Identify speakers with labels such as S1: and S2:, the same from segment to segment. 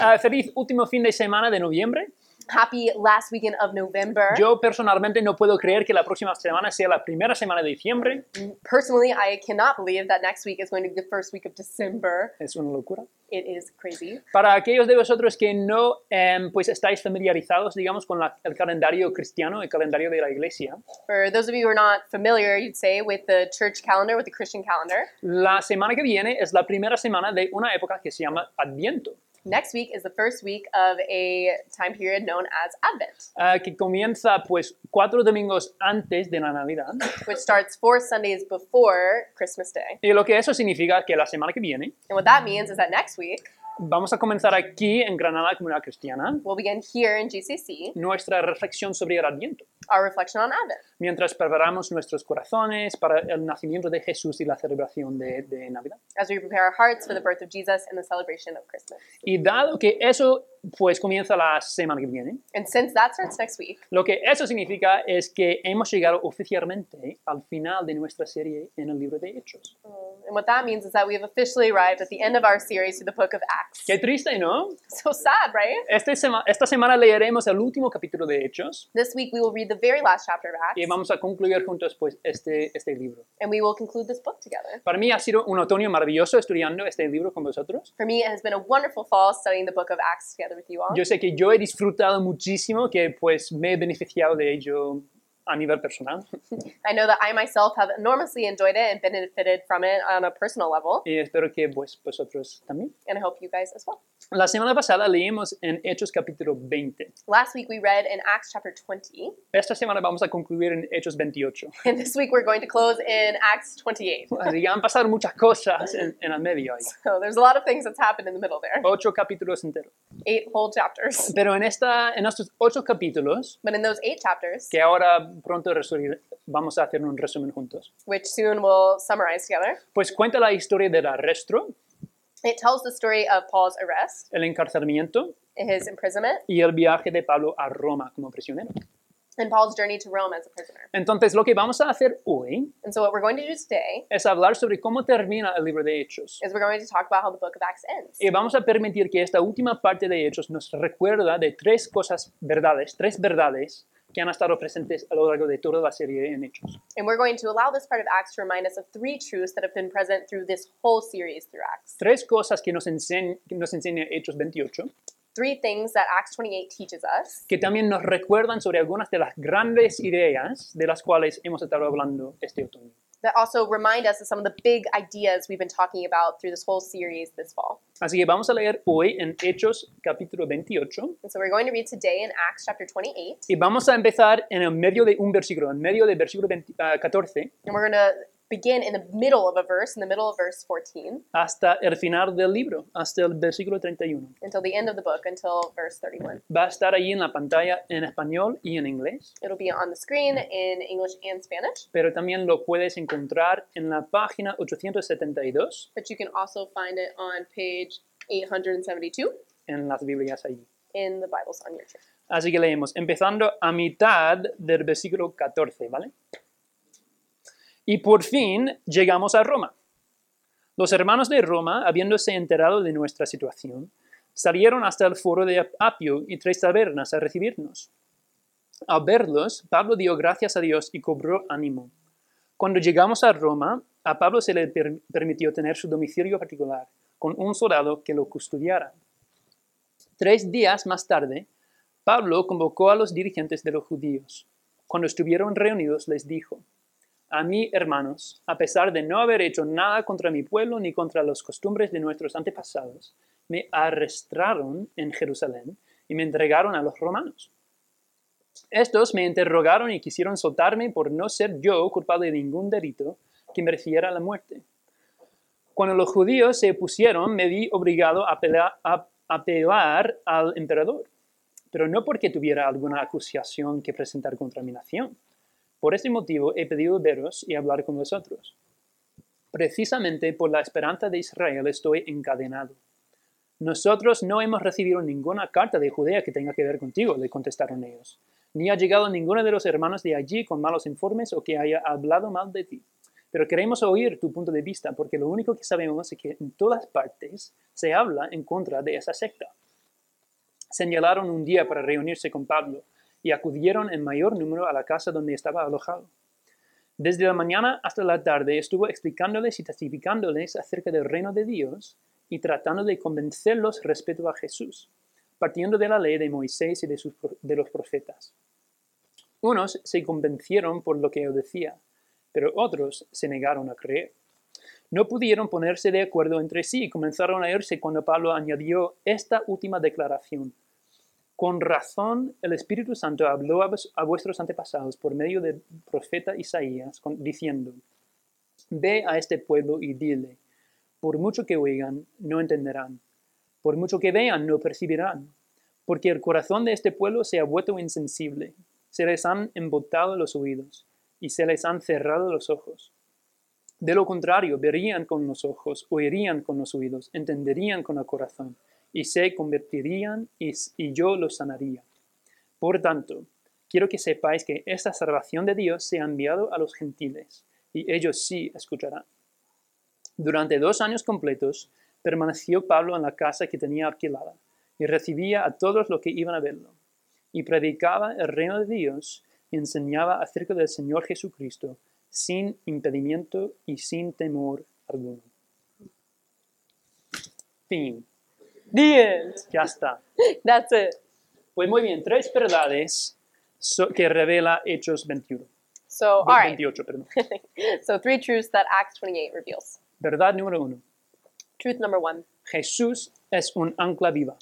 S1: Ah, feliz último fin de semana de noviembre.
S2: Happy last weekend of November.
S1: Yo personalmente no puedo creer que la próxima semana sea la primera semana de diciembre.
S2: Personally, I cannot believe that next week is going to be the first week of December.
S1: Es una locura.
S2: It is crazy.
S1: Para aquellos de vosotros que no em, pues estáis familiarizados, digamos, con la- el calendario cristiano, el calendario de la iglesia,
S2: For those of you who are not familiar, you'd say, with the church calendar, with the Christian calendar,
S1: la semana que viene es la primera semana de una época que se llama Adviento,
S2: next week is the first week of a time period known as Advent,
S1: ah, que comienza pues cuatro domingos antes de la Navidad.
S2: which starts four Sundays before Christmas Day.
S1: Y lo que eso significa que la semana que viene
S2: And what that means is that next week,
S1: vamos a comenzar aquí en Granada Comunidad Cristiana
S2: we'll begin here in GCC
S1: nuestra reflexión sobre el Adviento.
S2: our reflection on Advent.
S1: mientras preparamos nuestros corazones para el nacimiento de Jesús y la celebración de, de Navidad.
S2: as we prepare our hearts for the birth of Jesus and the celebration of Christmas.
S1: Y dado que eso pues comienza la semana que viene,
S2: And since that starts next week,
S1: lo que eso significa es que hemos llegado oficialmente al final de nuestra serie en el libro de Hechos.
S2: and what that means is that we have officially arrived at the end of our series through the book of Acts.
S1: Qué triste, ¿no?
S2: So sad, right?
S1: Este sema- esta semana leeremos el último capítulo de Hechos
S2: This week we will read the very last chapter of
S1: y
S2: Acts
S1: vamos a concluir juntos pues este, este libro.
S2: and we will conclude this book together.
S1: Para mí ha sido un otoño maravilloso estudiando este libro con vosotros.
S2: For me, it has been a wonderful fall studying the book of Acts together with you all.
S1: Yo sé que yo he disfrutado muchísimo, que pues me he beneficiado de ello a nivel personal.
S2: I know that I myself have enormously enjoyed it and benefited from it on a personal level,
S1: y espero que pues, vosotros también.
S2: and I hope you guys as well.
S1: La semana pasada leímos en Hechos capítulo 20.
S2: Last week we read in Acts chapter 20,
S1: Esta semana vamos a concluir en Hechos 28.
S2: and this week we're going to close in Acts 28.
S1: Así que han pasado muchas cosas en, en el medio ahí.
S2: So there's a lot of things that's happened in the middle there.
S1: Ocho capítulos enteros.
S2: Eight whole chapters.
S1: Pero en, esta, en estos ocho capítulos,
S2: But in those eight chapters,
S1: que ahora pronto resumir- vamos a hacer un resumen juntos,
S2: which soon we'll summarize together,
S1: pues cuenta la historia del arresto,
S2: it tells the story of Paul's arrest,
S1: el encarcelamiento
S2: his imprisonment,
S1: y el viaje de Pablo a Roma como prisionero.
S2: and Paul's journey to Rome as a prisoner.
S1: Entonces, lo que vamos a hacer hoy
S2: And so what we're going to do today
S1: es hablar sobre cómo termina el libro de Hechos.
S2: is we're going to talk about how the book of Acts ends.
S1: Y vamos a permitir que esta última parte de Hechos nos recuerda de tres cosas verdades, tres verdades que han estado presentes a lo largo de toda la serie en Hechos.
S2: And we're going to allow this part of Acts to remind us of three truths that have been present through this whole series through Acts.
S1: Tres cosas que nos, enseñ- que nos enseña Hechos 28,
S2: Three things that Acts 28 teaches us
S1: que también nos recuerdan sobre algunas de las grandes ideas de las cuales hemos estado hablando este otoño.
S2: that also remind us of some of the big ideas we've been talking about through this whole series this fall.
S1: Así que vamos a leer hoy en Hechos capítulo 28
S2: And so we're going to read today in Acts chapter 28.
S1: y vamos a empezar en el medio de un versículo, en medio del versículo 20 ah, 14
S2: And we're going to begin in the middle of a verse, in the middle of verse 14,
S1: hasta el final del libro, hasta el versículo 31.
S2: until the end of the book, until verse 31.
S1: va a estar ahí en la pantalla en español y en inglés,
S2: It'll be on the screen in English and Spanish,
S1: pero también lo puedes encontrar en la página 872
S2: but you can also find it on page 872
S1: en las Biblias allí.
S2: in the Bibles on your church.
S1: Así que leemos, empezando a mitad del versículo 14, ¿vale? Y por fin llegamos a Roma. Los hermanos de Roma, habiéndose enterado de nuestra situación, salieron hasta el foro de Apio y tres tabernas a recibirnos. Al verlos, Pablo dio gracias a Dios y cobró ánimo. Cuando llegamos a Roma, a Pablo se le per- permitió tener su domicilio particular, con un soldado que lo custodiara. Tres días más tarde, Pablo convocó a los dirigentes de los judíos. Cuando estuvieron reunidos les dijo, A mí, hermanos, a pesar de no haber hecho nada contra mi pueblo ni contra las costumbres de nuestros antepasados, me arrestaron en Jerusalén y me entregaron a los romanos. Estos me interrogaron y quisieron soltarme por no ser yo culpable de ningún delito que mereciera la muerte. Cuando los judíos se opusieron, me vi obligado a apela- a apelar al emperador pero no porque tuviera alguna acusación que presentar contra mi nación. Por este motivo he pedido veros y hablar con vosotros. Precisamente por la esperanza de Israel estoy encadenado. Nosotros no hemos recibido ninguna carta de Judea que tenga que ver contigo, le contestaron ellos. Ni ha llegado ninguno de los hermanos de allí con malos informes o que haya hablado mal de ti. Pero queremos oír tu punto de vista porque lo único que sabemos es que en todas partes se habla en contra de esa secta. señalaron un día para reunirse con Pablo y acudieron en mayor número a la casa donde estaba alojado. Desde la mañana hasta la tarde estuvo explicándoles y testificándoles acerca del reino de Dios y tratando de convencerlos respecto a Jesús, partiendo de la ley de Moisés y de, sus pro- de los profetas. Unos se convencieron por lo que él decía, pero otros se negaron a creer. No pudieron ponerse de acuerdo entre sí y comenzaron a irse cuando Pablo añadió esta última declaración. Con razón el Espíritu Santo habló a, vues- a vuestros antepasados por medio del profeta Isaías, con- diciendo, Ve a este pueblo y dile, por mucho que oigan, no entenderán, por mucho que vean, no percibirán, porque el corazón de este pueblo se ha vuelto insensible, se les han embotado los oídos y se les han cerrado los ojos. De lo contrario, verían con los ojos, oirían con los oídos, entenderían con el corazón, y se convertirían y, s- y yo los sanaría. Por tanto, quiero que sepáis que esta salvación de Dios se ha enviado a los gentiles, y ellos sí escucharán. Durante dos años completos permaneció Pablo en la casa que tenía alquilada, y recibía a todos los que iban a verlo, y predicaba el reino de Dios y enseñaba acerca del Señor Jesucristo sin impedimento y sin temor alguno. Fin.
S2: The end.
S1: Ya está.
S2: That's it.
S1: Pues muy bien, tres verdades so- que revela Hechos 21.
S2: So, all right.
S1: 28, perdón.
S2: so, three truths that Acts 28 reveals.
S1: Verdad número uno.
S2: Truth number one
S1: Jesús es un ancla viva.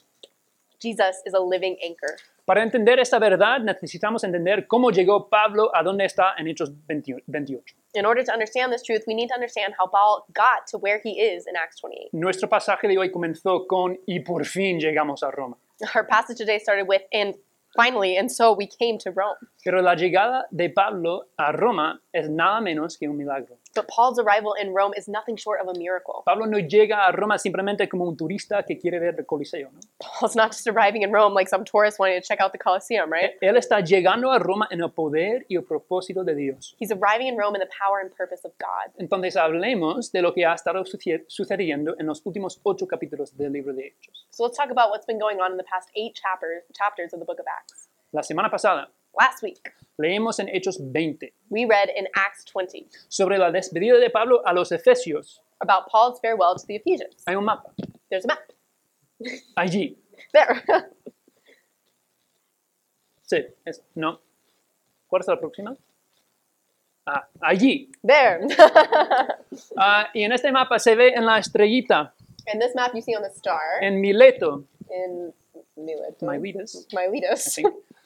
S2: Jesus is a living anchor.
S1: Para entender esta verdad necesitamos entender cómo llegó Pablo a donde está en Hechos 20 28.
S2: In order to understand this truth, we need to understand how Paul got to where he is in Acts 28.
S1: Nuestro pasaje de hoy comenzó con y por fin llegamos a Roma.
S2: Our passage today started with, and finally, and so we came to Rome.
S1: Pero la llegada de Pablo a Roma es nada menos que un milagro.
S2: But Paul's arrival in Rome is nothing short of a miracle.
S1: Pablo no llega a Roma simplemente como un turista que quiere ver el Coliseo. ¿no?
S2: Paul's not just arriving in Rome like some tourist wanting to check out the Colosseum, right?
S1: Él está llegando a Roma en el poder y el propósito de Dios.
S2: He's arriving in Rome in the power and purpose of God.
S1: Entonces hablemos de lo que ha estado suci- sucediendo en los últimos ocho capítulos del libro de Hechos.
S2: So let's talk about what's been going on in the past eight chapters, chapters of the book of Acts.
S1: La semana pasada
S2: Last week,
S1: leemos en Hechos 20
S2: we read in Acts 20
S1: sobre la despedida de Pablo a los Efesios.
S2: about Paul's farewell to the Ephesians.
S1: Hay un mapa
S2: There's a map.
S1: allí.
S2: There.
S1: Sí, es- no. ¿Cuál es la próxima? Ah, allí.
S2: there.
S1: Ah, y en este mapa se ve en la estrellita,
S2: and this map you see on the star
S1: en Mileto,
S2: in Miletus.
S1: Miletus,
S2: Miletus,
S1: sí,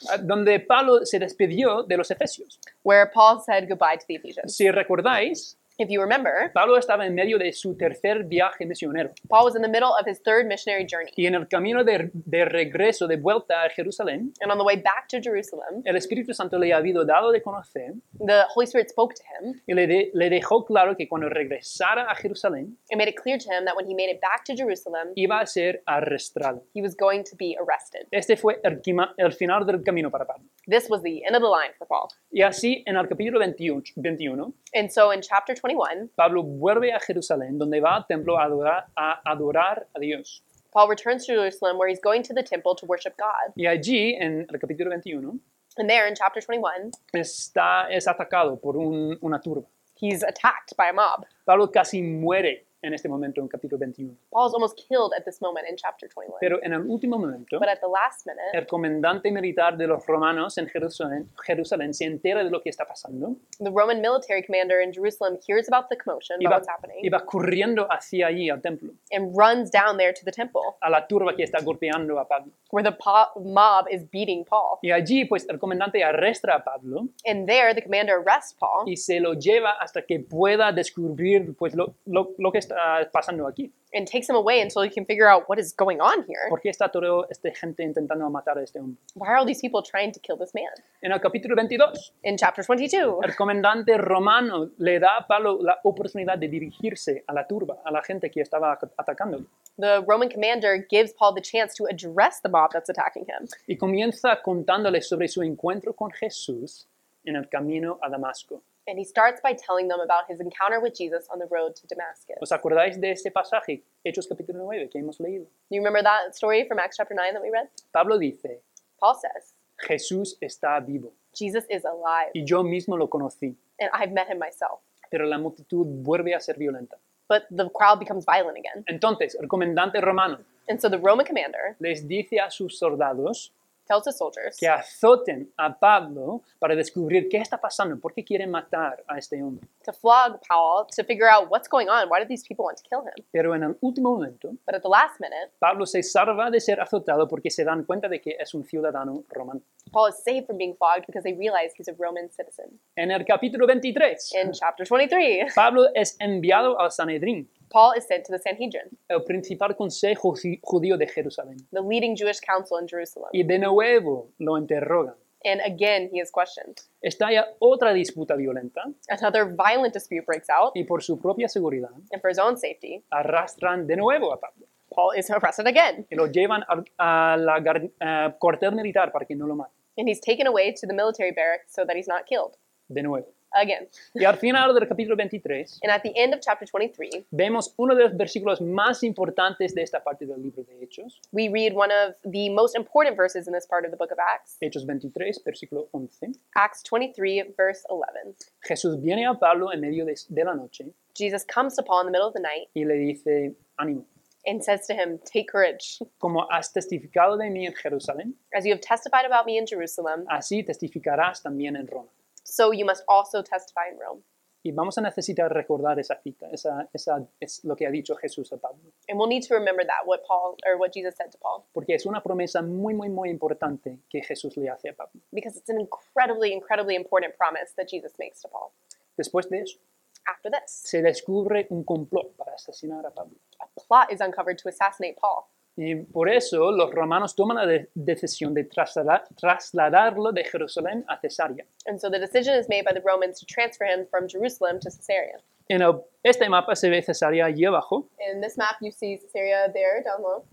S1: ah, donde Pablo se despidió de los Efesios.
S2: where Paul said goodbye to the Ephesians.
S1: Si recordáis,
S2: If you remember,
S1: Pablo estaba en medio de su tercer viaje misionero
S2: Paul was in the middle of his third missionary journey.
S1: y en el camino de, de regreso, de vuelta a Jerusalén,
S2: And on the way back to Jerusalem,
S1: el Espíritu Santo le ha habido dado de conocer
S2: the Holy Spirit spoke to him
S1: y le, de- le dejó claro que cuando regresara a Jerusalén
S2: and made it clear to him that when he made it back to Jerusalem,
S1: iba a ser arrestado.
S2: he was going to be arrested.
S1: Este fue el, quima- el final del camino para Pablo.
S2: This was the end of the line for Paul.
S1: Y así, en el capítulo 21, 21,
S2: And so in chapter 21,
S1: Pablo vuelve a Jerusalén, donde va al templo a adorar a, adorar a Dios.
S2: Paul returns to Jerusalem where he's going to the temple to worship God.
S1: Y allí, en el capítulo 21,
S2: And there in chapter 21,
S1: está, es atacado por un- una turba.
S2: he's attacked by a mob.
S1: Pablo casi muere en este momento en capítulo 21.
S2: Paul's almost killed at this moment in chapter 21.
S1: Pero en el último momento,
S2: But at the last minute,
S1: el comandante militar de los romanos en Jerusalén, Jerusalén se entera de lo que está pasando
S2: the Roman military commander in Jerusalem hears about the commotion,
S1: y
S2: about
S1: va,
S2: what's happening,
S1: y va corriendo hacia allí, al templo,
S2: and runs down there to the temple
S1: a la turba que está golpeando a Pablo.
S2: where the po- mob is beating Paul.
S1: Y allí, pues, el comandante arresta a Pablo
S2: And there, the commander arrests Paul
S1: y se lo lleva hasta que pueda descubrir, pues, lo, lo- lo que está pasando aquí.
S2: and takes him away until he can figure out what is going on here.
S1: ¿Por qué está toda esta gente intentando matar a este hombre?
S2: Why are all these people trying to kill this man?
S1: En el capítulo 22,
S2: In chapter 22,
S1: el comandante romano le da a Pablo la oportunidad de dirigirse a la turba, a la gente que estaba ac- atacándolo.
S2: the Roman commander gives Paul the chance to address the mob that's attacking him.
S1: y comienza contándoles sobre su encuentro con Jesús en el camino a Damasco.
S2: And he starts by telling them about his encounter with Jesus on the road to Damascus.
S1: ¿Os acordáis de este pasaje, Hechos capítulo 9, que hemos leído?
S2: You remember that story from Acts chapter 9 that we read?
S1: Pablo dice,
S2: Paul says,
S1: Jesús está vivo
S2: Jesus is alive,
S1: y yo mismo lo conocí,
S2: and I've met him myself.
S1: pero la multitud vuelve a ser violenta.
S2: But the crowd becomes violent again.
S1: Entonces, el comandante romano
S2: And so the Roman commander
S1: les dice a sus soldados
S2: tells his soldiers
S1: que azoten a Pablo para descubrir qué está pasando, por qué quieren matar a este hombre.
S2: to flog Paul to figure out what's going on. Why do these people want to kill him?
S1: Pero en el último momento,
S2: But at the last minute,
S1: Pablo se salva de ser azotado porque se dan cuenta de que es un ciudadano romano.
S2: Paul is saved from being flogged because they realize he's a Roman citizen.
S1: En el capítulo 23,
S2: In chapter 23,
S1: Pablo es enviado al Sanedrín,
S2: Paul is sent to the Sanhedrin,
S1: el principal consejo ju- judío de Jerusalén.
S2: the leading Jewish council in Jerusalem.
S1: Y de nuevo lo interrogan.
S2: And again, he is questioned.
S1: Estalla otra disputa violenta
S2: Another violent dispute breaks out,
S1: y por su propia seguridad
S2: and for his own safety,
S1: arrastran de nuevo a Pablo
S2: Paul is arrested again,
S1: y lo llevan al- a, la gar- a cuartel militar para que no lo maten.
S2: and he's taken away to the military barracks so that he's not killed
S1: De nuevo.
S2: again.
S1: Y al final del capítulo 23
S2: And at the end of chapter 23,
S1: vemos uno de los versículos más importantes de esta parte del libro de Hechos,
S2: we read one of the most important verses in this part of the book of Acts,
S1: Hechos 23, versículo 11.
S2: Acts 23, verse 11.
S1: Jesús viene a Pablo en medio de, de la noche
S2: Jesus comes to Paul in the middle of the night
S1: y le dice, ánimo,
S2: and says to him, Take courage.
S1: como has testificado de mí en Jerusalén,
S2: As you have testified about me in Jerusalem,
S1: así testificarás también en Roma.
S2: so you must also testify in Rome.
S1: Y vamos a necesitar recordar esa cita, esa, esa- es lo que ha dicho Jesús a Pablo,
S2: And we'll need to remember that, what Paul or what Jesus said to Paul,
S1: porque es una promesa muy, muy, muy importante que Jesús le hace a Pablo.
S2: because it's an incredibly, incredibly important promise that Jesus makes to Paul.
S1: Después de eso,
S2: After this,
S1: se descubre un complot para asesinar a Pablo.
S2: a plot is uncovered to assassinate Paul.
S1: Y por eso los romanos toman la de- decisión de trasladar- trasladarlo de Jerusalén a Cesarea.
S2: And so the decision is made by the Romans to transfer him from Jerusalem to Caesarea.
S1: En el- este mapa se ve Cesarea allí abajo
S2: In this map, you see Caesarea there down low,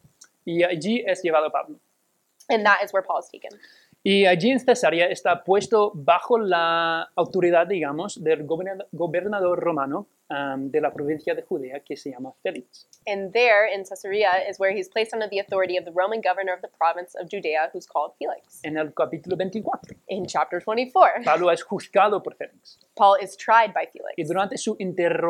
S1: y allí es llevado Pablo.
S2: and that is where Paul is taken.
S1: Y allí en Cesarea está puesto bajo la autoridad, digamos, del goberna- gobernador romano am, de la provincia de Judea que se llama Félix.
S2: And there in Caesarea is where he's placed under the authority of the Roman governor of the province of Judea, who's called Felix.
S1: En el capítulo 24,
S2: In chapter 24,
S1: Pablo es juzgado por Félix.
S2: Paul is tried by
S1: Y
S2: Felix.
S1: durante su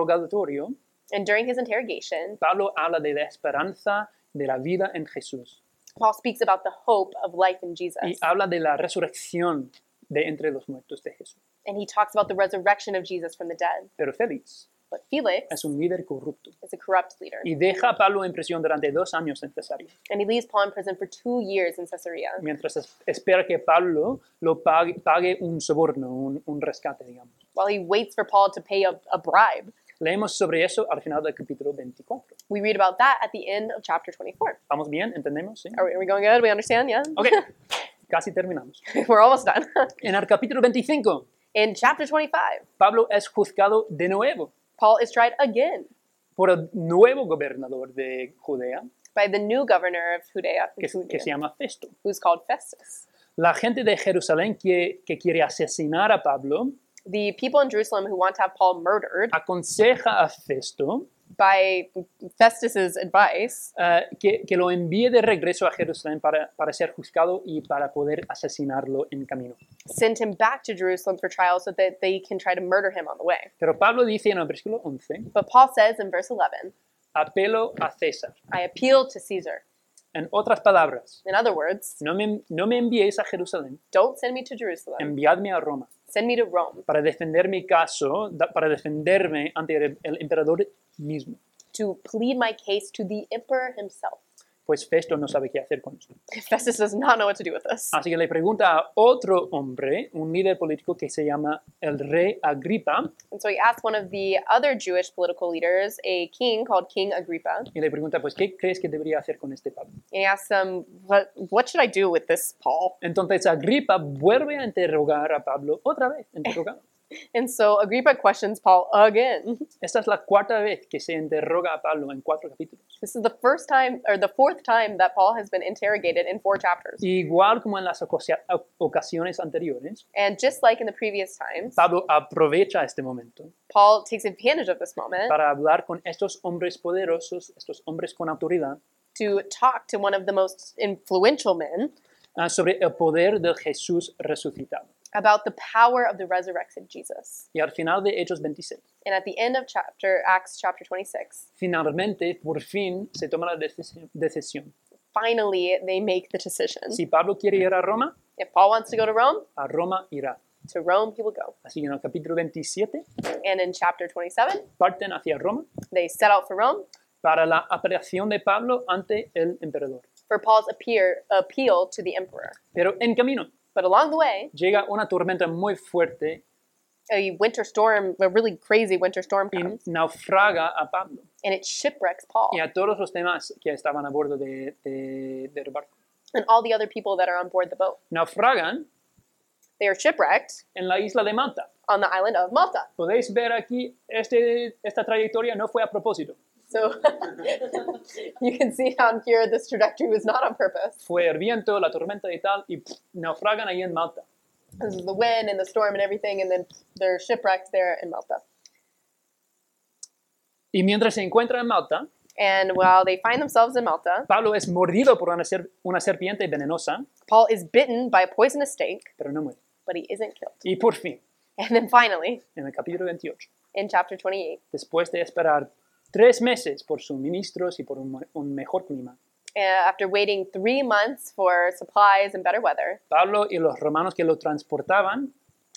S1: interrogatorio,
S2: And during his interrogation,
S1: Pablo habla de la esperanza de la vida en Jesús.
S2: Paul speaks about the hope of life in Jesus.
S1: y habla de la resurrección de entre los muertos de Jesús.
S2: And he talks about the resurrection of Jesus from the dead.
S1: Pero Félix
S2: But Felix
S1: es un líder corrupto
S2: is a corrupt leader.
S1: y deja a Pablo en prisión durante dos años en Cesarea,
S2: And he leaves Paul in prison for two years in Caesarea
S1: mientras es- espera que Pablo lo pague, pague un soborno, un, un rescate, digamos.
S2: while he waits for Paul to pay a, a bribe.
S1: Leemos sobre eso al final del capítulo 24.
S2: We read about that at the end of chapter 24.
S1: ¿Vamos bien? ¿Entendemos? ¿Sí?
S2: Are we, are we going good? We understand? Yeah?
S1: Ok, casi terminamos.
S2: We're almost done.
S1: En el capítulo 25,
S2: in chapter 25,
S1: Pablo es juzgado de nuevo
S2: Paul is tried again
S1: por el nuevo gobernador de Judea,
S2: by the new governor of Judea,
S1: que, se- que se llama Festo.
S2: who's called Festus.
S1: la gente de Jerusalén que, que quiere asesinar a Pablo
S2: The people in Jerusalem who want to have Paul murdered,
S1: aconseja a Festo
S2: by Festus's advice,
S1: eh, que, que lo envíe de regreso a Jerusalén para, para ser juzgado y para poder asesinarlo en camino.
S2: send him back to Jerusalem for trial so that they can try to murder him on the way.
S1: Pero Pablo dice en el versículo 11,
S2: But Paul says in verse 11,
S1: apelo a César.
S2: I appeal to Caesar.
S1: En otras palabras,
S2: In other words,
S1: no me, no me enviéis a Jerusalén,
S2: don't send me to Jerusalem,
S1: enviadme a Roma
S2: send me to Rome
S1: para defender mi caso, da- para defenderme ante el, el emperador mismo.
S2: to plead my case to the emperor himself.
S1: Pues Festo no sabe qué hacer con esto.
S2: Festus does not know what to do with this.
S1: Así que le pregunta a otro hombre, un líder político que se llama el rey Agripa,
S2: And so he asked one of the other Jewish political leaders, a king called King Agrippa, and
S1: y le pregunta, pues, ¿qué crees que debería hacer con este Pablo?
S2: he asked him, what, what should I do with this Paul?
S1: Entonces Agripa vuelve a interrogar a Pablo otra vez, interrogado.
S2: And so Agrippa questions Paul again.
S1: Esta es la cuarta vez que se interroga a Pablo en cuatro capítulos.
S2: This is the first time, or the fourth time, that Paul has been interrogated in four chapters.
S1: Igual como en las ocosia- o- ocasiones anteriores,
S2: And just like in the previous times,
S1: Pablo aprovecha este momento
S2: Paul takes advantage of this moment
S1: para hablar con estos hombres poderosos, estos hombres con autoridad,
S2: to talk to one of the most influential men
S1: ah, sobre el poder de Jesús resucitado.
S2: about the power of the resurrected Jesus.
S1: Y al final de Hechos 26,
S2: And at the end of chapter Acts chapter 26,
S1: finalmente, por fin, se toma la deci- decisión.
S2: finally they make the decision.
S1: Si Pablo quiere ir a Roma,
S2: If Paul wants to go to Rome,
S1: a Roma irá.
S2: to Rome he will go.
S1: Así que en el capítulo 27
S2: And in chapter 27,
S1: parten hacia Roma
S2: they set out for Rome
S1: para la apelación de Pablo ante el emperador.
S2: for Paul's appear, appeal to the emperor.
S1: Pero en camino
S2: But along the way,
S1: llega una tormenta muy fuerte
S2: a winter storm, a really crazy winter storm
S1: y
S2: comes,
S1: naufraga a Pablo
S2: and it shipwrecks Paul
S1: y a todos los demás que estaban a bordo de- de- del barco.
S2: and all the other people that are on board the boat.
S1: Naufragan
S2: They are shipwrecked
S1: en la isla de Malta.
S2: on the island of Malta.
S1: Podéis ver aquí, este, esta trayectoria no fue a propósito,
S2: So you can see down here this trajectory was not on purpose.
S1: fue el viento, la tormenta y tal, y pff, naufragan ahí en Malta.
S2: This is the wind and the storm and everything, and then they're shipwrecked there in Malta.
S1: Y mientras se encuentra en Malta,
S2: And while they find themselves in Malta,
S1: Pablo es mordido por una, ser- una serpiente venenosa,
S2: Paul is bitten by a poisonous snake,
S1: pero no muere.
S2: but he isn't killed.
S1: Y por fin,
S2: And then finally,
S1: en el capítulo 28,
S2: in chapter 28,
S1: después de esperar tres meses por suministros y por un, mo- un mejor clima,
S2: uh, after waiting three months for supplies and better weather,
S1: Pablo y los romanos que lo transportaban,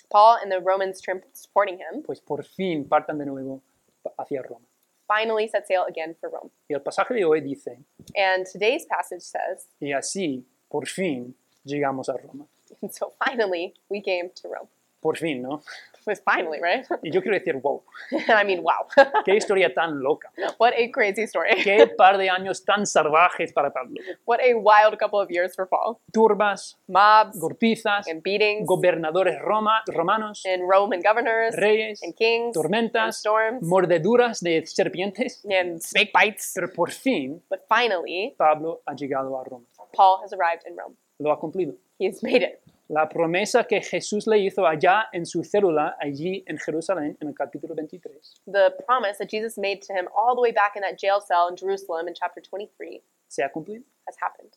S2: Paul and the Romans transporting him
S1: pues por fin partan de nuevo pa- hacia Roma.
S2: finally set sail again for Rome.
S1: Y el pasaje de hoy dice,
S2: And today's passage says,
S1: y así, por fin, llegamos a Roma.
S2: and so finally we came to Rome.
S1: Por fin, ¿no?
S2: It was finally, right?
S1: Y yo quiero decir, wow,
S2: I mean, wow.
S1: qué historia tan loca,
S2: what a crazy story.
S1: qué par de años tan salvajes para Pablo.
S2: What a wild couple of years for Paul.
S1: Turbas,
S2: Mobs
S1: golpizas,
S2: and beatings
S1: gobernadores roma- romanos,
S2: and Roman governors
S1: reyes,
S2: and kings and
S1: tormentas,
S2: storms
S1: mordeduras de serpientes,
S2: and snake bites.
S1: pero por fin
S2: But finally,
S1: Pablo ha llegado a Roma.
S2: Paul has arrived in Rome.
S1: Lo ha cumplido.
S2: He has made it.
S1: La promesa que Jesús le hizo allá en su célula, allí en Jerusalén, en el capítulo 23,
S2: The promise that Jesus made to him all the way back in that jail cell in Jerusalem in chapter 23
S1: se ha cumplido.
S2: has happened.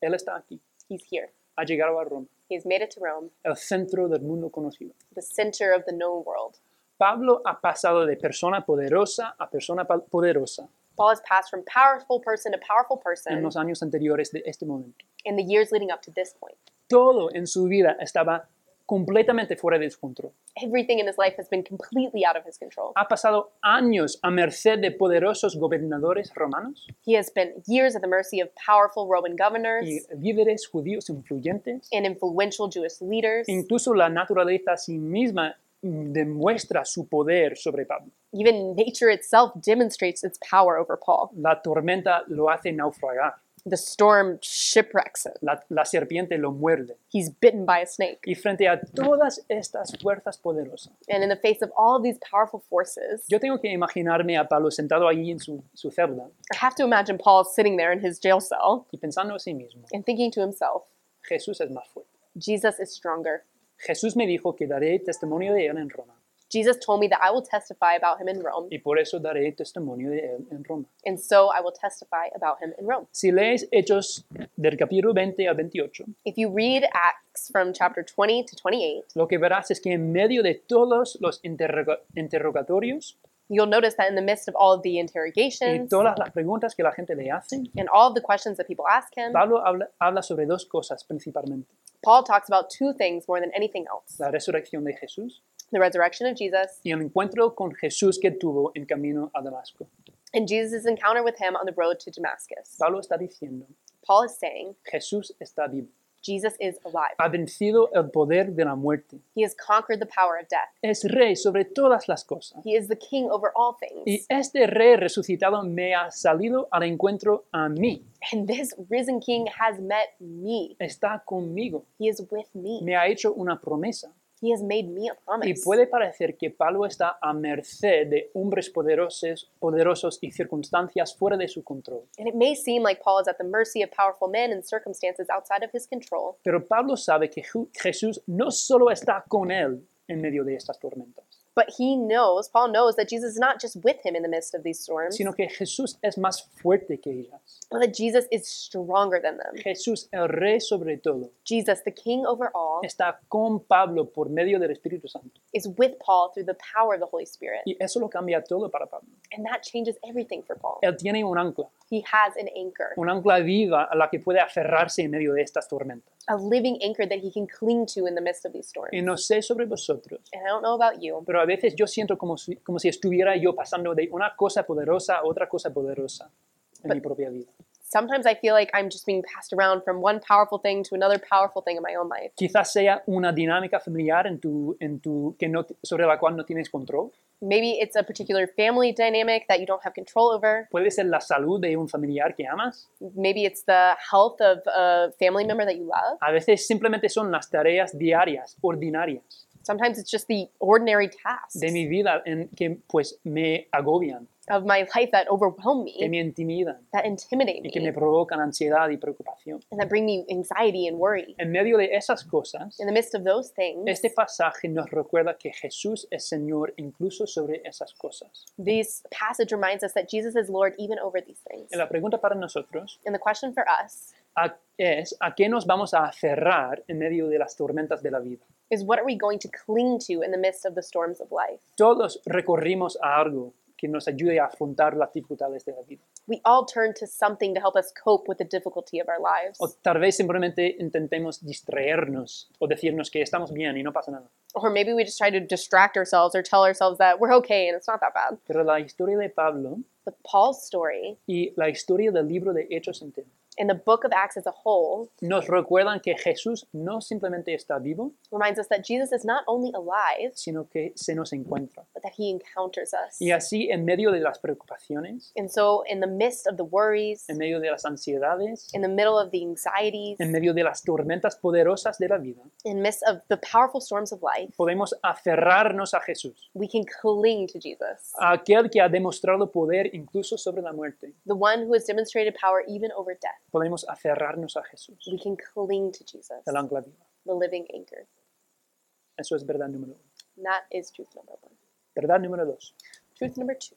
S1: Él está aquí,
S2: He's here.
S1: ha llegado a Roma,
S2: He has made it to Rome,
S1: el centro del mundo conocido.
S2: the center of the known world.
S1: Pablo ha pasado de persona poderosa a persona pa- poderosa
S2: Paul has passed from powerful person to powerful
S1: en
S2: person
S1: los años anteriores de este momento.
S2: in the years leading up to this point.
S1: Todo en su vida estaba completamente fuera de su control.
S2: Everything in his life has been completely out of his control.
S1: Ha pasado años a merced de poderosos gobernadores romanos
S2: He has spent years at the mercy of powerful Roman
S1: y
S2: governors
S1: líderes judíos influyentes.
S2: and influential Jewish leaders.
S1: Incluso la naturaleza a sí misma demuestra su poder sobre Pablo.
S2: Even nature itself demonstrates its power over Paul.
S1: La tormenta lo hace naufragar,
S2: The storm shipwrecks him.
S1: la, la serpiente lo muerde.
S2: He's bitten by a snake.
S1: Y frente a todas estas fuerzas poderosas,
S2: And in the face of all of these powerful forces,
S1: yo tengo que imaginarme a Pablo sentado allí en su, su celda
S2: I have to imagine Paul sitting there in his jail cell
S1: y pensando a sí mismo,
S2: and thinking to himself,
S1: Jesús es más fuerte.
S2: Jesus is stronger.
S1: Jesús me dijo que daré testimonio de él en Roma
S2: Jesus told me that I will testify about him in Rome,
S1: y por eso daré testimonio de él en Roma.
S2: and so I will testify about him in Rome.
S1: Si lees Hechos del capítulo 20 al 28,
S2: If you read Acts from chapter 20 to 28,
S1: lo que verás es que en medio de todos los interroga- interrogatorios
S2: you'll notice that in the midst of all of the
S1: y
S2: interrogations
S1: todas las preguntas que la gente le hace,
S2: and all of the questions that people ask him,
S1: Pablo habla, habla sobre dos cosas principalmente,
S2: Paul talks about two things more than anything else
S1: la resurrección de Jesús
S2: the resurrection of Jesus
S1: y el encuentro con Jesús que tuvo en camino a Damasco.
S2: and Jesus' encounter with him on the road to Damascus.
S1: Pablo está diciendo,
S2: Paul is saying,
S1: Jesús está vivo,
S2: Jesus is alive.
S1: ha vencido el poder de la muerte,
S2: He has conquered the power of death.
S1: es rey sobre todas las cosas.
S2: He is the king over all
S1: Y
S2: things.
S1: este rey resucitado me ha salido al encuentro a mí,
S2: And this risen king has met me.
S1: está conmigo,
S2: He is with me.
S1: me ha hecho una promesa
S2: He has made me a promise.
S1: Y puede parecer que Pablo está a merced de hombres poderosos, poderosos y circunstancias fuera de su control.
S2: And it may seem like Paul is at the mercy of powerful men and circumstances outside of his control,
S1: Pero Pablo sabe que Ju- Jesús no solo está con él en medio de estas tormentas,
S2: but he knows, Paul knows that Jesus is not just with him in the midst of these storms,
S1: sino que Jesús es más fuerte que ellas.
S2: but that Jesus is stronger than them.
S1: Jesús, el rey sobre todo,
S2: Jesus, the king over all,
S1: está con Pablo por medio del Espíritu Santo.
S2: is with Paul through the power of the Holy Spirit.
S1: Y eso lo cambia todo para Pablo.
S2: And that changes everything for Paul.
S1: Él tiene un ancla,
S2: He has an anchor,
S1: un ancla viva a la que puede aferrarse en medio de estas tormentas.
S2: a living anchor that he can cling to in the midst of these storms.
S1: Y no sé sobre vosotros,
S2: And I don't know about you,
S1: pero a veces yo siento como si, como si estuviera yo pasando de una cosa poderosa a otra cosa poderosa en mi propia vida.
S2: sometimes I feel like I'm just being passed around from one powerful thing to another powerful thing in my own life.
S1: Quizás sea una dinámica familiar en tu, en tu, que no, sobre la cual no tienes control.
S2: Maybe it's a particular family dynamic that you don't have control over.
S1: Puede ser la salud de un familiar que amas.
S2: Maybe it's the health of a family member that you love.
S1: A veces simplemente son las tareas diarias, ordinarias
S2: Sometimes it's just the ordinary tasks
S1: de mi vida en que pues me agobian,
S2: of my life that overwhelm
S1: que
S2: me,
S1: me intimidan
S2: that intimidate
S1: y que me
S2: me,
S1: provocan ansiedad y preocupación.
S2: and that bring me anxiety and worry.
S1: En medio de esas cosas,
S2: In the midst of those things,
S1: este pasaje nos recuerda que Jesús es Señor incluso sobre esas cosas.
S2: this passage reminds us that Jesus is Lord even over these things.
S1: Y la pregunta para nosotros
S2: And the question for us
S1: a- es, ¿a qué nos vamos a aferrar en medio de las tormentas de la vida?
S2: is what are we going to cling to in the midst of the storms of life?
S1: Todos recorrimos a algo que nos ayude a afrontar las dificultades de la vida.
S2: We all turn to something to help us cope with the difficulty of our lives.
S1: O tal vez simplemente intentemos distraernos o decirnos que estamos bien y no pasa nada.
S2: Or maybe we just try to distract ourselves or tell ourselves that we're okay and it's not that bad.
S1: Pero la historia de Pablo
S2: But Paul's story
S1: y la historia del libro de Hechos entero
S2: and the book of Acts as a whole
S1: nos recuerdan que Jesús no simplemente está vivo,
S2: reminds us that Jesus is not only alive,
S1: sino que se nos encuentra.
S2: but that he encounters us.
S1: Y así, en medio de las preocupaciones,
S2: And so, in the midst of the worries,
S1: en medio de las ansiedades,
S2: in the middle of the anxieties,
S1: en medio de las tormentas poderosas de la vida,
S2: in the midst of the powerful storms of life,
S1: podemos aferrarnos a Jesús,
S2: we can cling to Jesus,
S1: a aquel que ha demostrado poder incluso sobre la muerte.
S2: the one who has demonstrated power even over death.
S1: Podemos aferrarnos a Jesús,
S2: We can cling to Jesus,
S1: el ancla viva.
S2: the living anchor.
S1: Eso es verdad número uno.
S2: And that is truth number one.
S1: Verdad número dos.
S2: Truth number two.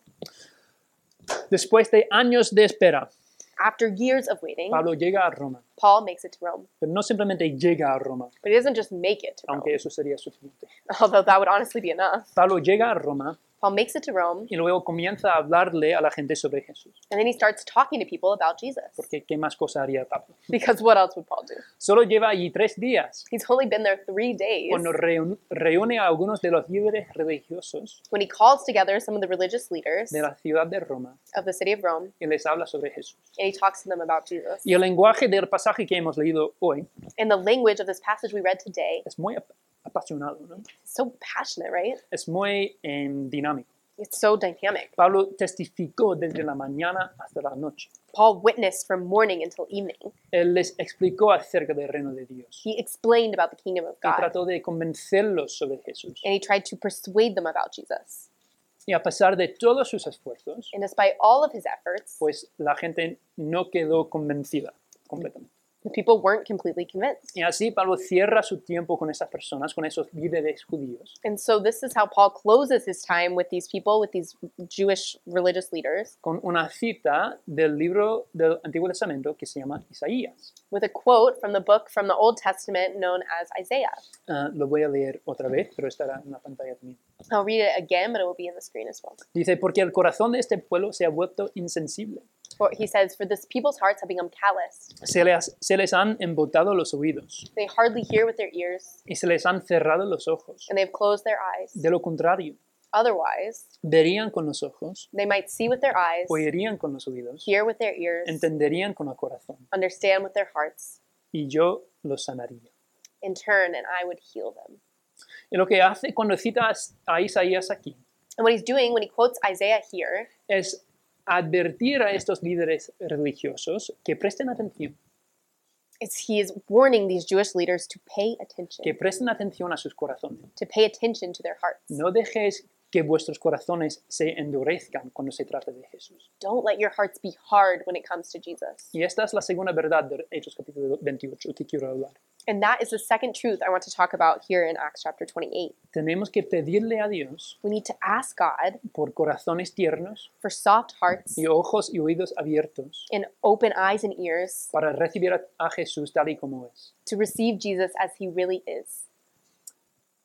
S1: Después de años de espera,
S2: After years of waiting,
S1: Pablo llega a Roma,
S2: Paul makes it to Rome.
S1: pero no simplemente llega a Roma,
S2: But he doesn't just make it to Rome,
S1: aunque eso sería suficiente.
S2: although that would honestly be enough.
S1: Pablo llega a Roma
S2: Paul makes it to Rome,
S1: y luego comienza a hablarle a la gente sobre Jesús,
S2: and then he starts talking to people about Jesus.
S1: porque ¿qué más cosa haría Pablo?
S2: Because what else would Paul do?
S1: Solo lleva allí tres días.
S2: He's only been there three days
S1: Cuando reun- reúne a algunos de los líderes religiosos
S2: when he calls together some of the religious leaders
S1: de la ciudad de Roma
S2: of the city of Rome,
S1: y les habla sobre Jesús.
S2: and he talks to them about Jesus.
S1: Y el lenguaje del pasaje que hemos leído hoy
S2: And the language of this passage we read today
S1: es muy ap- apasionado, ¿no?
S2: is so passionate, right?
S1: es muy em, dinámico.
S2: It's so dynamic.
S1: Pablo testificó desde la mañana hasta la noche.
S2: Paul witnessed from morning until evening.
S1: Él les explicó acerca del reino de Dios
S2: He explained about the kingdom of
S1: y
S2: God,
S1: trató de convencerlos sobre Jesús.
S2: and he tried to persuade them about Jesus.
S1: Y a pesar de todos sus esfuerzos,
S2: And despite all of his efforts,
S1: pues la gente no quedó convencida completamente.
S2: the people weren't completely convinced.
S1: Y así Pablo cierra su tiempo con esas personas, con esos líderes judíos,
S2: And so this is how Paul closes his time with these people, with these Jewish religious leaders,
S1: con una cita del libro del Antiguo Testamento que se llama Isaías.
S2: with a quote from the book from the Old Testament known as Isaiah.
S1: Ah, lo voy a leer otra vez, pero estará en la pantalla también.
S2: I'll read it again, but it will be in the screen as well.
S1: Dice, porque el corazón de este pueblo se ha vuelto insensible.
S2: For, he says, For this people's hearts have become calloused.
S1: Se les, se les han embotado los oídos
S2: They hardly hear with their ears,
S1: y se les han cerrado los ojos.
S2: and they've closed their eyes.
S1: De lo contrario,
S2: Otherwise,
S1: verían con los ojos,
S2: they might see with their eyes,
S1: oirían con los oídos,
S2: hear with their ears,
S1: entenderían con el corazón
S2: understand with their hearts,
S1: y yo los sanaría.
S2: in turn, and I would heal them.
S1: Y lo que hace cuando cita a Isaías aquí
S2: And what he's doing when he quotes Isaiah here
S1: es advertir a estos líderes religiosos que presten atención,
S2: is he is warning these Jewish leaders to pay attention,
S1: que presten atención a sus corazones.
S2: to pay attention to their hearts.
S1: No dejéis que vuestros corazones se endurezcan cuando se trate de Jesús.
S2: Don't let your hearts be hard when it comes to Jesus.
S1: Y esta es la segunda verdad de Hechos capítulo 28 que quiero hablar.
S2: And that is the second truth I want to talk about here in Acts chapter 28.
S1: Tenemos que pedirle a Dios
S2: We need to ask God
S1: por corazones tiernos
S2: for soft hearts
S1: y ojos y oídos abiertos
S2: and open eyes and ears
S1: para recibir a, a Jesús tal y como es.
S2: to receive Jesus as he really is.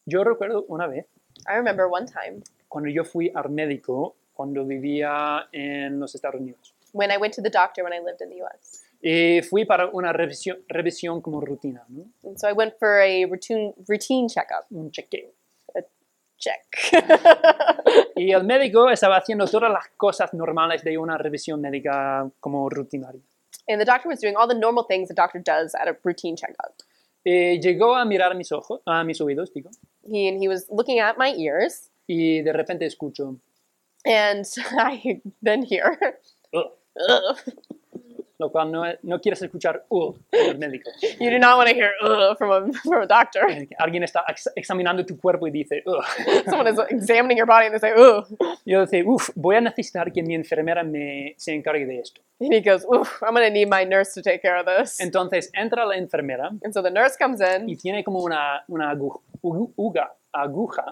S1: Yo recuerdo una vez,
S2: I remember one time
S1: cuando yo fui al médico, cuando vivía en los Estados Unidos,
S2: when I went to the doctor when I lived in the US.
S1: y eh, fui para una revisión, revisión como rutina, ¿no?
S2: And so I went for a routine, routine checkup.
S1: un chequeo.
S2: Check.
S1: Y el médico estaba haciendo todas las cosas normales de una revisión médica como rutinaria.
S2: and the doctor was doing all the normal things a doctor does at a routine checkup.
S1: Y Eh, llegó a mirar mis ojos, a mis oídos, digo,
S2: He and he was looking at my ears
S1: y de repente escucho,
S2: and I then hear
S1: "Ugh",
S2: "Ugh."
S1: lo cual no, no quieres escuchar "Ugh", del médico.
S2: You do not want to hear "Ugh" from a from a doctor.
S1: Eh, Alguien está ex- examinando tu cuerpo y dice, "Ugh".
S2: Someone is examining your body and they say "Ugh,"
S1: yo decía, uff, voy a necesitar que mi enfermera me, se encargue de esto.
S2: and he goes, "Ooh, I'm gonna need my nurse to take care of this." And,
S1: Entonces entra la enfermera
S2: so the nurse comes in
S1: y tiene como una, una agu- ugu- uga- aguja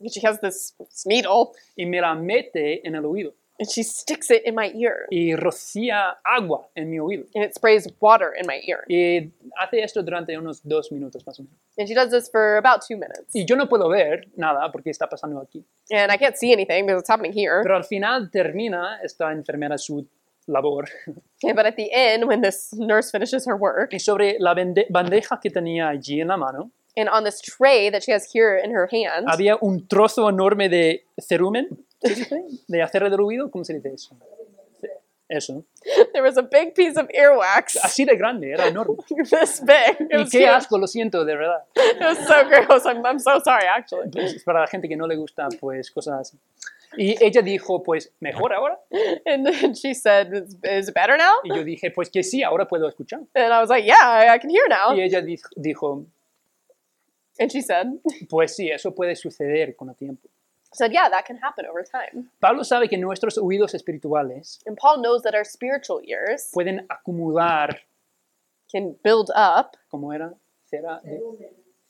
S2: and she has this needle
S1: y me la mete en el oído
S2: and she sticks it in my ear
S1: y rocía agua en mi oído.
S2: and it sprays water in my ear.
S1: Y hace esto durante unos dos minutos más o menos.
S2: And she does this for about two minutes.
S1: Y yo no puedo ver nada porque está pasando aquí.
S2: And I can't see anything because it's happening here.
S1: Pero al final termina esta enfermera su labor.
S2: But at the end, when this nurse finishes her work,
S1: Y sobre la bende- bandeja que tenía allí en la mano,
S2: and on this tray that she has here in her hand,
S1: había un trozo enorme de cerumen, ¿se dice? de acero del oído, ¿cómo se dice eso? Eso.
S2: there was a big piece of earwax.
S1: Así de grande, era enorme.
S2: this big. It
S1: Y
S2: was,
S1: qué
S2: huge.
S1: asco, lo siento, de verdad.
S2: It was so gross. I'm, I'm so sorry, actually.
S1: Pues, para la gente que no le gusta, pues cosas así. Y ella dijo, pues mejor ahora.
S2: And then she said, "Is- Is it better now?
S1: Y yo dije, pues que sí, ahora puedo escuchar.
S2: And I was like, Yeah, I, I can hear now.
S1: Y ella di- dijo,
S2: And she said,
S1: pues sí, eso puede suceder con el tiempo.
S2: said, Yeah, that can happen over time.
S1: Pablo sabe que nuestros oídos espirituales
S2: And Paul knows that our spiritual ears
S1: pueden acumular,
S2: can build up,
S1: como era? Cera- eh,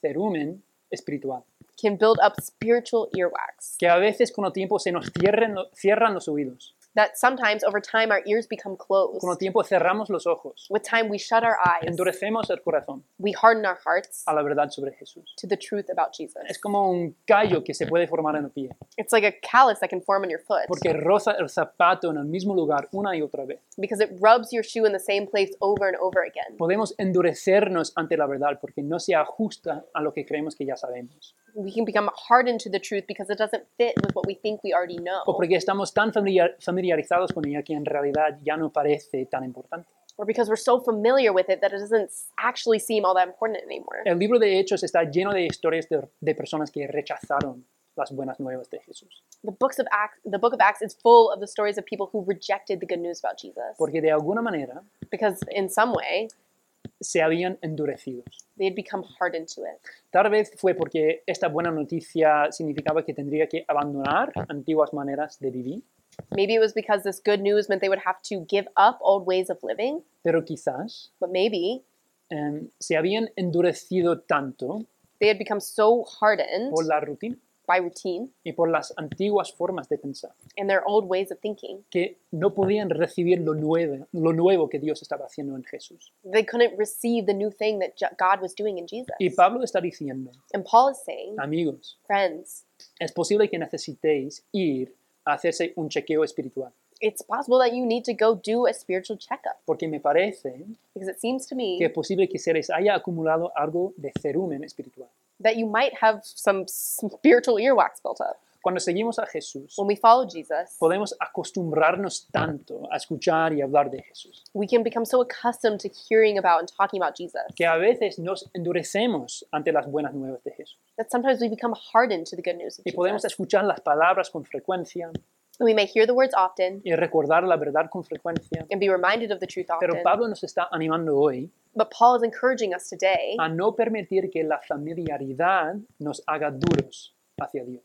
S1: cerumen espiritual.
S2: can build up spiritual earwax.
S1: que a veces con el tiempo se nos cierren lo- cierran los oídos.
S2: That sometimes over time our ears become closed.
S1: Con el tiempo cerramos los ojos,
S2: With time we shut our eyes,
S1: endurecemos el corazón
S2: we harden our hearts
S1: a la verdad sobre Jesús.
S2: to the truth about Jesus.
S1: Es como un callo que se puede formar en el pie,
S2: It's like a callus that can form on your foot
S1: porque roza el zapato en el mismo lugar una y otra vez.
S2: because it rubs your shoe in the same place over and over again.
S1: Podemos endurecernos ante la verdad porque no se ajusta a lo que creemos que ya sabemos,
S2: We can become hardened to the truth because it doesn't fit with what we think we already know,
S1: o porque estamos tan familiar- familiarizados con ella que en realidad ya no parece tan importante.
S2: or because we're so familiar with it that it doesn't s- actually seem all that important anymore.
S1: El libro de Hechos está lleno de historias de- de personas que rechazaron las buenas nuevas de Jesús.
S2: The books of Acts, the book of Acts is full of the stories of people who rejected the good news about Jesus
S1: porque de alguna manera
S2: because in some way
S1: se habían endurecido.
S2: they had become hardened to it.
S1: Tal vez fue porque esta buena noticia significaba que tendría que abandonar antiguas maneras de vivir,
S2: Maybe it was because this good news meant they would have to give up old ways of living,
S1: pero quizás
S2: but maybe
S1: em, se habían endurecido tanto
S2: they had become so hardened
S1: por la rutina
S2: by routine
S1: y por las antiguas formas de pensar
S2: and their old ways of thinking.
S1: que no podían recibir lo nuevo, lo nuevo que Dios estaba haciendo en Jesús.
S2: They couldn't receive the new thing that J- God was doing in Jesus.
S1: Y Pablo está diciendo,
S2: And Paul is saying,
S1: amigos,
S2: friends,
S1: es posible que necesitéis ir a hacerse un chequeo espiritual,
S2: it's possible that you need to go do a spiritual checkup
S1: porque me parece
S2: because it seems to
S1: que
S2: me
S1: es posible que se les haya acumulado algo de cerumen espiritual.
S2: that you might have some spiritual earwax built up.
S1: Cuando seguimos a Jesús,
S2: When we follow Jesus,
S1: podemos acostumbrarnos tanto a escuchar y hablar de Jesús,
S2: we can become so accustomed to hearing about and talking about Jesus
S1: que a veces nos endurecemos ante las buenas nuevas de Jesús.
S2: that sometimes we become hardened to the good news of
S1: Y podemos
S2: Jesus.
S1: escuchar las palabras con frecuencia,
S2: We may hear the words often
S1: y recordar la verdad con frecuencia.
S2: and be reminded of the truth
S1: Pero
S2: often.
S1: Pablo nos está animando hoy
S2: But Paul is encouraging us today
S1: a no permitir que la familiaridad nos haga duros hacia Dios,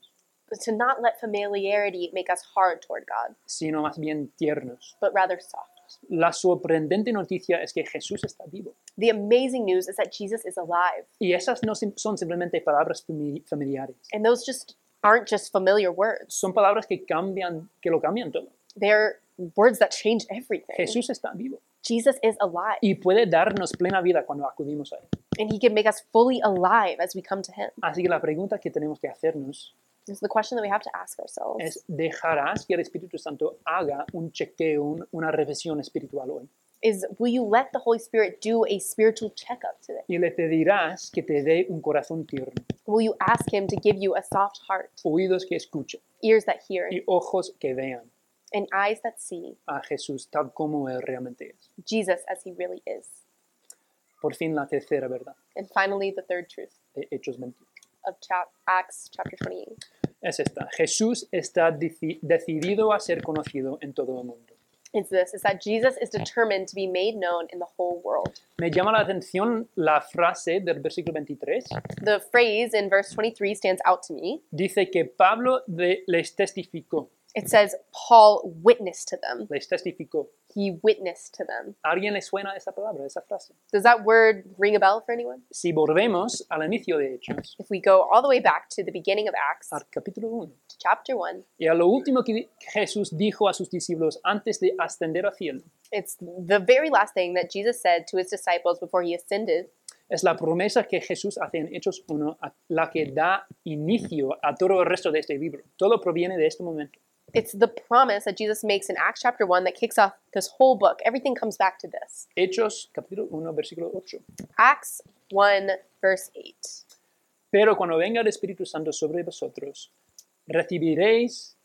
S2: to not let familiarity make us hard toward God,
S1: sino más bien tiernos.
S2: but rather soft.
S1: La sorprendente noticia es que Jesús está vivo.
S2: The amazing news is that Jesus is alive.
S1: Y esas no sim- son simplemente palabras fami- familiares.
S2: And those just aren't just familiar words,
S1: Son palabras que cambian, que lo cambian todo.
S2: they're words that change everything.
S1: Jesús está vivo
S2: Jesus is alive,
S1: y puede darnos plena vida cuando acudimos a Él.
S2: and he can make us fully alive as we come to him.
S1: Así que la pregunta que tenemos que hacernos
S2: This is the question that we have to ask ourselves.
S1: es, ¿dejarás que el Espíritu Santo haga un chequeo, un- una revisión espiritual hoy?
S2: is will you let the Holy Spirit do a spiritual checkup today?
S1: Y le pedirás que te dé un corazón tierno,
S2: Will you ask Him to give you a soft heart,
S1: oídos que escuchen
S2: ears that hear,
S1: y ojos que vean
S2: and eyes that see
S1: a Jesús tal como Él realmente es.
S2: Jesus as He really is?
S1: Por fin la tercera verdad
S2: And finally, the third truth
S1: de Hechos 21.
S2: of chap- Acts chapter 28
S1: Es esta. Jesús está deci- decidido a ser conocido en todo el mundo.
S2: is this: is that Jesus is determined to be made known in the whole world.
S1: Me llama la atención la frase del versículo 23.
S2: The phrase in verse 23 stands out to me.
S1: Dice que Pablo de- les testificó,
S2: It says, "Paul witnessed to them.
S1: les testificó.
S2: He witnessed to them."
S1: ¿A alguien le suena esa palabra, esa frase?
S2: Does that word ring a bell for anyone?
S1: Si volvemos al inicio de Hechos,
S2: If we go all the way back to the beginning of Acts,
S1: al capítulo 1,
S2: to chapter one.
S1: y a lo último que di- Jesús dijo a sus discípulos antes de ascender al cielo,
S2: It's the very last thing that Jesus said to his disciples before he ascended.
S1: es la promesa que Jesús hace en Hechos 1, a- la que da inicio a todo el resto de este libro. Todo proviene de este momento.
S2: It's the promise that Jesus makes in Acts chapter 1 that kicks off this whole book. Everything comes back to this.
S1: Hechos capítulo 1, versículo 8.
S2: Acts 1, verse 8.
S1: Pero cuando venga el Espíritu Santo sobre vosotros, recibiréis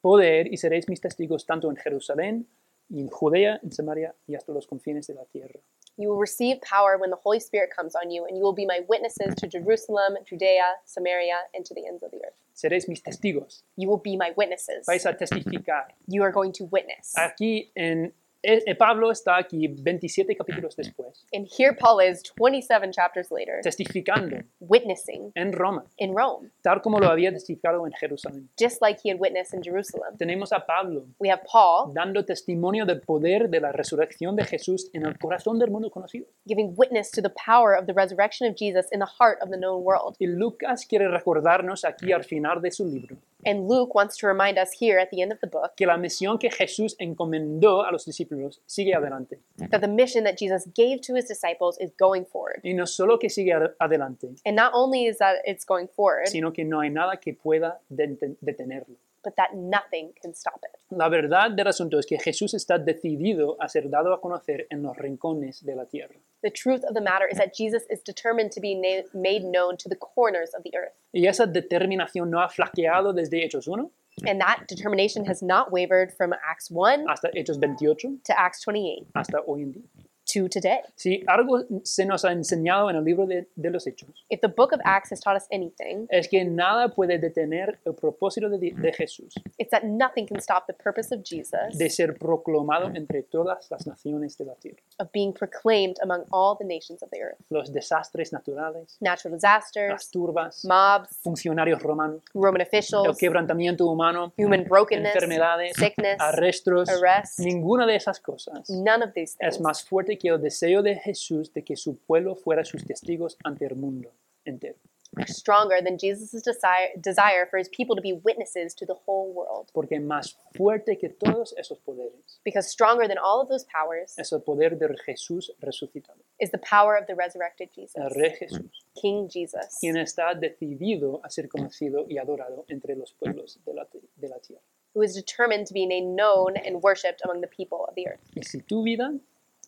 S1: poder y seréis mis testigos tanto en Jerusalén, y en Judea, en Samaria y hasta los confines de la tierra.
S2: You will receive power when the Holy Spirit comes on you, and you will be my witnesses to Jerusalem, Judea, Samaria, and to the ends of the earth.
S1: Seréis mis testigos.
S2: You will be my witnesses.
S1: Vais a testificar.
S2: You are going to witness.
S1: Aquí en eh, eh, Pablo está aquí 27 capítulos después,
S2: And here Paul is 27 chapters later,
S1: testificando
S2: witnessing
S1: en Roma,
S2: in Rome,
S1: tal como lo había testificado en Jerusalén.
S2: just like he had witnessed in Jerusalem.
S1: Tenemos a Pablo
S2: We have Paul
S1: dando testimonio del poder de la resurrección de Jesús en el corazón del mundo conocido.
S2: giving witness to the power of the resurrection of Jesus in the heart of the known world.
S1: Y Lucas quiere recordarnos aquí al final de su libro
S2: And Luke wants to remind us here at the end of the book
S1: que la misión que Jesús encomendó a los discípulos sigue adelante.
S2: that the mission that Jesus gave to his disciples is going forward.
S1: Y no solo que sigue ad- adelante,
S2: And not only is that it's going forward,
S1: sino que no hay nada que pueda deten- detenerlo.
S2: but that nothing can stop it.
S1: La verdad del asunto es que Jesús está decidido a ser dado a conocer en los rincones de la tierra.
S2: The truth of the matter is that Jesus is determined to be na- made known to the corners of the earth.
S1: Y esa determinación no ha flaqueado desde Hechos 1
S2: And that determination has not wavered from Acts 1
S1: hasta Hechos 28,
S2: to Acts 28
S1: hasta hoy en día.
S2: to today.
S1: Si algo se nos ha enseñado en el libro de, de los Hechos,
S2: If the book of Acts has taught us anything,
S1: es que nada puede detener el propósito de- de Jesús
S2: it's that nothing can stop the purpose of Jesus
S1: de ser proclamado entre todas las naciones de la tierra.
S2: of being proclaimed among all the nations of the earth.
S1: Los desastres naturales,
S2: Natural
S1: las
S2: disasters,
S1: turbas,
S2: mobs,
S1: funcionarios romanos,
S2: Roman
S1: el
S2: officials,
S1: quebrantamiento humano,
S2: human brokenness,
S1: enfermedades,
S2: sickness,
S1: arrestos,
S2: arrest.
S1: ninguna de esas cosas
S2: none of these things
S1: es más fuerte que el deseo de Jesús de que su pueblo fuera sus testigos ante el mundo entero.
S2: are stronger than Jesus' desire, desire for his people to be witnesses to the whole world.
S1: Porque más fuerte que todos esos poderes
S2: Because stronger than all of those powers
S1: es el poder de Jesús resucitado,
S2: is the power of the resurrected Jesus,
S1: el Rey Jesús,
S2: King Jesus,
S1: quien está decidido a ser conocido y adorado entre los pueblos de la, de la tierra.
S2: who is determined to be made known and worshipped among the people of the earth.
S1: Y si tu vida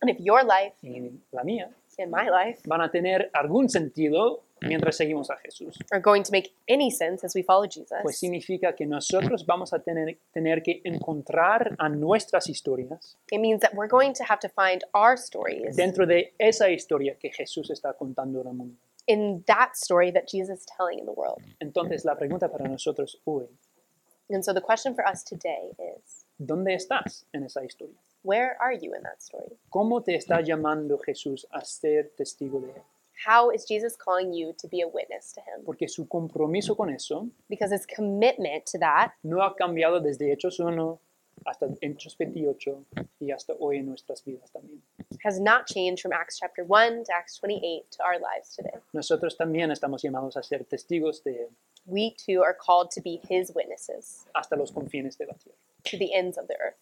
S2: And if your life
S1: y la mía
S2: and my life
S1: van a tener algún sentido mientras seguimos a Jesús,
S2: are going to make any sense as we follow Jesus,
S1: pues significa que nosotros vamos a tener, tener que encontrar a nuestras historias
S2: it means that we're going to have to find our stories
S1: dentro de esa historia que Jesús está contando al mundo.
S2: in that story that Jesus is telling in the world.
S1: Entonces la pregunta para nosotros hoy
S2: And so the question for us today is
S1: ¿Dónde estás en esa historia?
S2: where are you in that story?
S1: ¿Cómo te está llamando Jesús a ser testigo de Él?
S2: How is Jesus calling you to be a witness to him?
S1: Porque su compromiso con eso
S2: Because his commitment to that
S1: no ha cambiado desde Hechos 1 hasta Hechos 28 y hasta hoy en nuestras vidas también.
S2: has not changed from Acts chapter 1 to Acts 28 to our lives today.
S1: Nosotros también estamos llamados a ser testigos de Él
S2: We too are called to be his witnesses
S1: hasta los confines de la tierra.
S2: to the ends of the earth.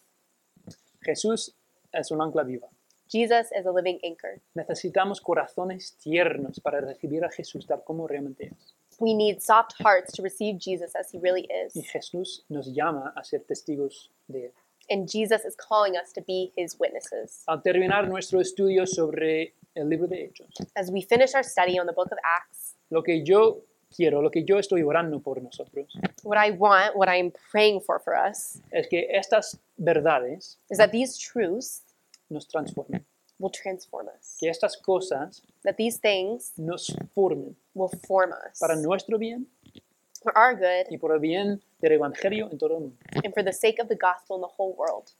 S1: Jesús es un ancla viva.
S2: Jesus is a living anchor.
S1: Necesitamos corazones tiernos para recibir a Jesús tal como realmente es.
S2: We need soft hearts to receive Jesus as he really is.
S1: Y Jesús nos llama a ser testigos de Él.
S2: And Jesus is calling us to be his witnesses.
S1: Al terminar nuestro estudio sobre el libro de Hechos,
S2: As we finish our study on the book of Acts,
S1: lo que yo quiero, lo que yo estoy orando por nosotros,
S2: what I want, what I am praying for for us,
S1: es que estas verdades
S2: is that these truths
S1: nos transformen,
S2: will transform us,
S1: que estas cosas
S2: that these things
S1: nos formen
S2: will form us
S1: para nuestro bien
S2: for our good
S1: y por el bien del Evangelio en todo el mundo
S2: and for the sake of the gospel in the whole world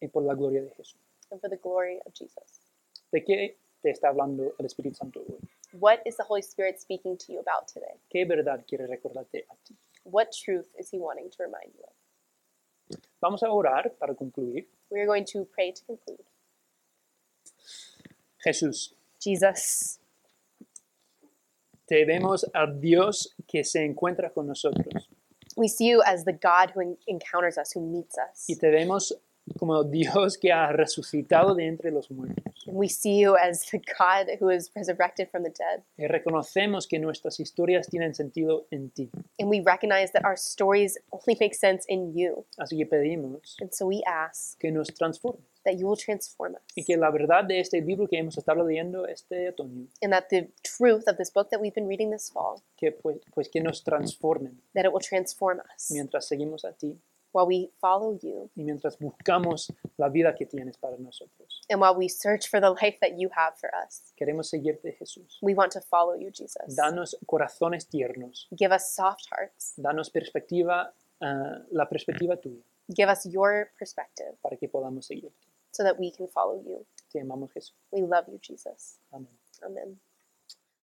S1: y por la gloria de Jesús.
S2: and for the glory of Jesus.
S1: ¿De qué te está hablando el Espíritu Santo hoy?
S2: What is the Holy Spirit speaking to you about today?
S1: ¿Qué verdad quiere recordarte a ti?
S2: What truth is He wanting to remind you of?
S1: Vamos a orar para concluir.
S2: We are going to pray to conclude.
S1: Jesús,
S2: Jesus,
S1: te vemos a Dios que se encuentra con nosotros
S2: we see you as the God who en- encounters us, who meets us.
S1: y te vemos como Dios que ha resucitado de entre los muertos.
S2: And we see you as the God who is resurrected from the dead.
S1: Y reconocemos que nuestras historias tienen sentido en ti.
S2: And we recognize that our stories only make sense in you.
S1: Así que pedimos
S2: And so we ask
S1: que nos transformes
S2: that you will transform
S1: y
S2: us.
S1: que la verdad de este libro que hemos estado leyendo este otoño,
S2: And that the truth of this book that we've been reading this fall,
S1: que pues, pues que nos transformen
S2: that it will transform us
S1: mientras seguimos a ti
S2: while we follow you
S1: y mientras buscamos la vida que tienes para nosotros.
S2: and while we search for the life that you have for us.
S1: Queremos seguirte, Jesús.
S2: We want to follow you, Jesus.
S1: Danos corazones tiernos,
S2: Give us soft hearts.
S1: danos perspectiva, ah, la perspectiva tuya,
S2: Give us your perspective
S1: para que podamos seguirte.
S2: so that we can follow you.
S1: Te amamos, Jesús.
S2: We love you, Jesus.
S1: Amén.
S2: Amen.